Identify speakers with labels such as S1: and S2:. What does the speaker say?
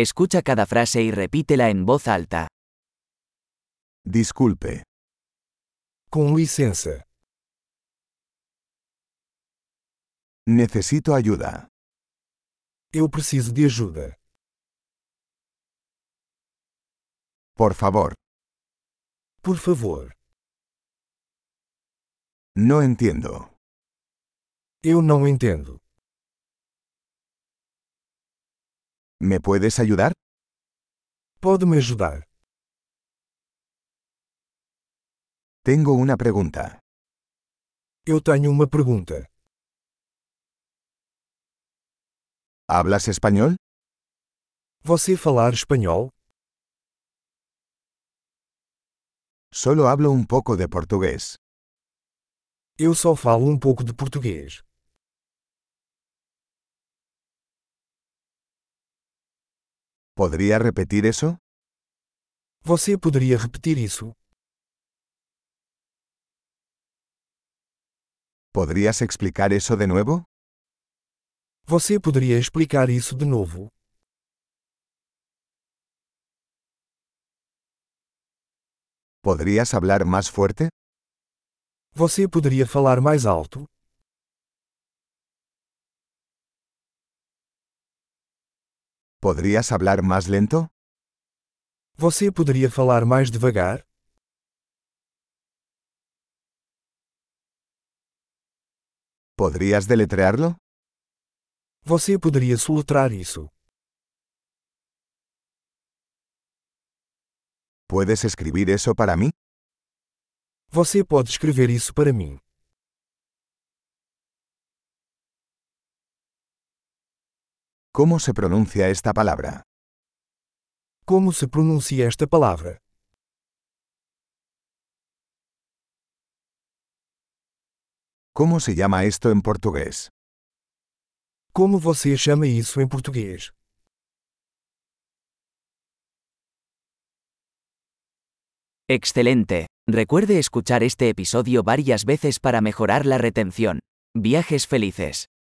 S1: Escucha cada frase y repítela en voz alta.
S2: Desculpe.
S3: Com licença.
S2: Necesito ayuda.
S3: Eu preciso de ajuda.
S2: Por favor.
S3: Por favor.
S2: No entiendo.
S3: Eu não entendo.
S2: ¿Me puedes ayudar?
S3: Pode me ajudar?
S2: Tengo una pregunta.
S3: Eu tenho uma pergunta.
S2: ¿Hablas español?
S3: Você falar espanhol?
S2: Solo hablo un poco de portugués.
S3: Eu só falo um pouco de português.
S2: ¿Podría repetir eso?
S3: Você poderia repetir isso?
S2: ¿Podrías explicar eso de nuevo?
S3: Você poderia explicar isso de novo?
S2: ¿Podrías hablar más fuerte?
S3: Você poderia falar mais alto?
S2: ¿Podrías hablar más lento?
S3: Você poderia falar mais devagar?
S2: ¿Podrías deletrearlo?
S3: Você poderia soletrar isso?
S2: ¿Puedes escribir eso para mí?
S3: Você pode escrever isso para mim?
S2: ¿Cómo se pronuncia esta palabra?
S3: Como se pronuncia esta palavra?
S2: ¿Cómo se llama esto en portugués?
S3: Como você chama isso em português?
S1: Excelente. Recuerde escuchar este episodio varias veces para mejorar la retención. Viajes felices.